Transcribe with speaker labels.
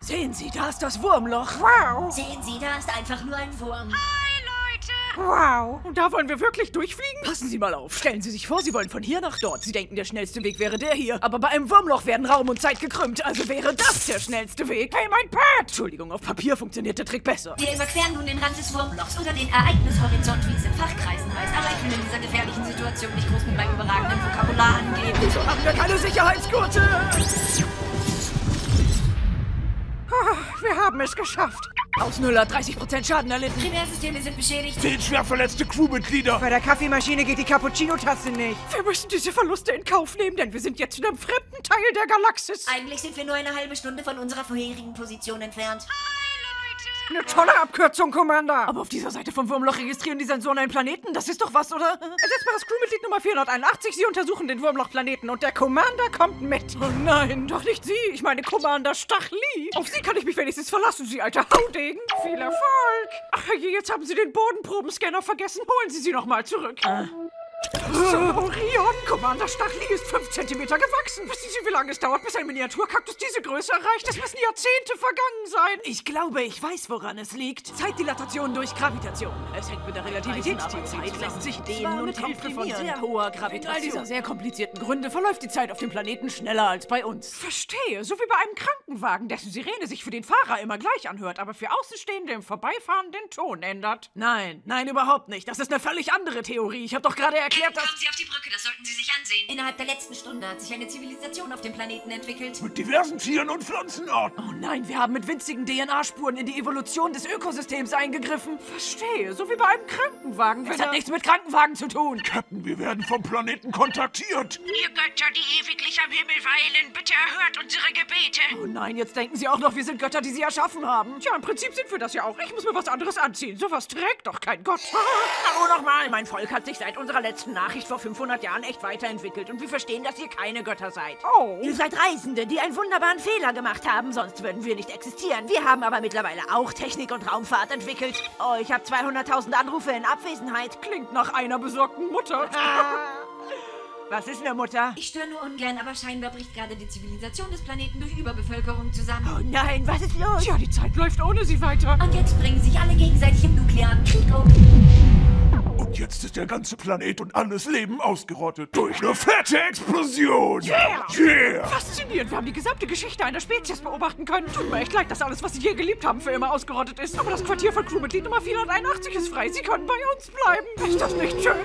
Speaker 1: Sehen Sie, da ist das Wurmloch.
Speaker 2: Sehen Sie, da ist einfach nur ein Wurm.
Speaker 1: Wow. Und da wollen wir wirklich durchfliegen? Passen Sie mal auf. Stellen Sie sich vor, Sie wollen von hier nach dort. Sie denken, der schnellste Weg wäre der hier. Aber bei einem Wurmloch werden Raum und Zeit gekrümmt. Also wäre das der schnellste Weg. Hey, mein Pad! Entschuldigung, auf Papier funktioniert der Trick besser.
Speaker 2: Wir überqueren nun den Rand des Wurmlochs oder den Ereignishorizont, wie es in Fachkreisen heißt. Aber ich will in dieser gefährlichen Situation nicht groß mit meinem überragenden Vokabular angeben.
Speaker 1: So haben wir keine Sicherheitsgurte. Ah, Wir haben es geschafft. Außenhüller hat 30% Schaden erlitten.
Speaker 2: Primärsysteme sind beschädigt.
Speaker 3: Zehn schwer verletzte Crewmitglieder.
Speaker 4: Bei der Kaffeemaschine geht die Cappuccino-Tasse nicht.
Speaker 1: Wir müssen diese Verluste in Kauf nehmen, denn wir sind jetzt in einem fremden Teil der Galaxis.
Speaker 2: Eigentlich sind wir nur eine halbe Stunde von unserer vorherigen Position entfernt.
Speaker 4: Eine tolle Abkürzung, Commander.
Speaker 1: Aber auf dieser Seite vom Wurmloch registrieren die Sensoren einen Planeten. Das ist doch was, oder?
Speaker 4: Ersetzbares Crewmitglied Nummer 481, Sie untersuchen den Wurmlochplaneten und der Commander kommt mit.
Speaker 1: Oh nein, doch nicht sie. Ich meine Commander Stachli. Auf sie kann ich mich wenigstens verlassen, sie alter Haudegen.
Speaker 4: Viel Erfolg.
Speaker 1: Ach je, jetzt haben sie den Bodenprobenscanner vergessen. Holen Sie sie nochmal zurück. So, Orion, Commander Stachli ist 5 cm gewachsen. Wissen Sie, wie lange es dauert, bis ein Miniaturkaktus diese Größe erreicht? Das müssen Jahrzehnte vergangen sein. Ich glaube, ich weiß, woran es liegt. Zeitdilatation durch Gravitation. Es hängt mit der Relativitätstheorie Zeit lässt sich dehnen und Hilfe von sehr hoher Gravitation. all dieser sehr komplizierten Gründe verläuft die Zeit auf dem Planeten schneller als bei uns. Verstehe, so wie bei einem Krankenwagen, dessen Sirene sich für den Fahrer immer gleich anhört, aber für Außenstehende im Vorbeifahren den Ton ändert. Nein, nein, überhaupt nicht. Das ist eine völlig andere Theorie. Ich habe doch gerade erklärt, dass...
Speaker 2: Sie auf die Brücke, das sollten Sie sich ansehen. Innerhalb der letzten Stunde hat sich eine Zivilisation auf dem Planeten entwickelt.
Speaker 3: Mit diversen Tieren und Pflanzenarten.
Speaker 1: Oh nein, wir haben mit winzigen DNA-Spuren in die Evolution des Ökosystems eingegriffen. Verstehe, so wie bei einem Krankenwagen. Das hat nichts mit Krankenwagen zu tun.
Speaker 3: Captain, wir werden vom Planeten kontaktiert.
Speaker 5: Ihr Götter, die ewiglich am Himmel weilen, bitte erhört unsere Gebete.
Speaker 1: Oh nein, jetzt denken sie auch noch, wir sind Götter, die sie erschaffen haben. Tja, im Prinzip sind wir das ja auch. Ich muss mir was anderes anziehen. Sowas trägt doch kein Gott. Ah, Hallo nochmal, mein Volk hat sich seit unserer letzten Nachricht vor 500 Jahren echt weiterentwickelt und wir verstehen, dass ihr keine Götter seid.
Speaker 4: Oh.
Speaker 5: Ihr seid Reisende, die einen wunderbaren Fehler gemacht haben, sonst würden wir nicht existieren. Wir haben aber mittlerweile auch Technik und Raumfahrt entwickelt. Oh, ich habe 200.000 Anrufe in Abwesenheit.
Speaker 1: Klingt nach einer besorgten Mutter.
Speaker 5: Was ist eine Mutter?
Speaker 2: Ich störe nur ungern, aber scheinbar bricht gerade die Zivilisation des Planeten durch Überbevölkerung zusammen.
Speaker 5: Oh nein, was ist los?
Speaker 1: Tja, die Zeit läuft ohne sie weiter.
Speaker 2: Und jetzt bringen sich alle gegenseitig im nuklearen Krieg um.
Speaker 3: Und jetzt ist der ganze Planet und alles Leben ausgerottet. Durch eine fette Explosion.
Speaker 1: Yeah.
Speaker 3: Yeah.
Speaker 1: Faszinierend, wir haben die gesamte Geschichte einer Spezies beobachten können. Tut mir echt leid, dass alles, was sie je geliebt haben, für immer ausgerottet ist. Aber das Quartier von Crewmitglied Nummer 481 ist frei. Sie können bei uns bleiben. Ist das nicht schön?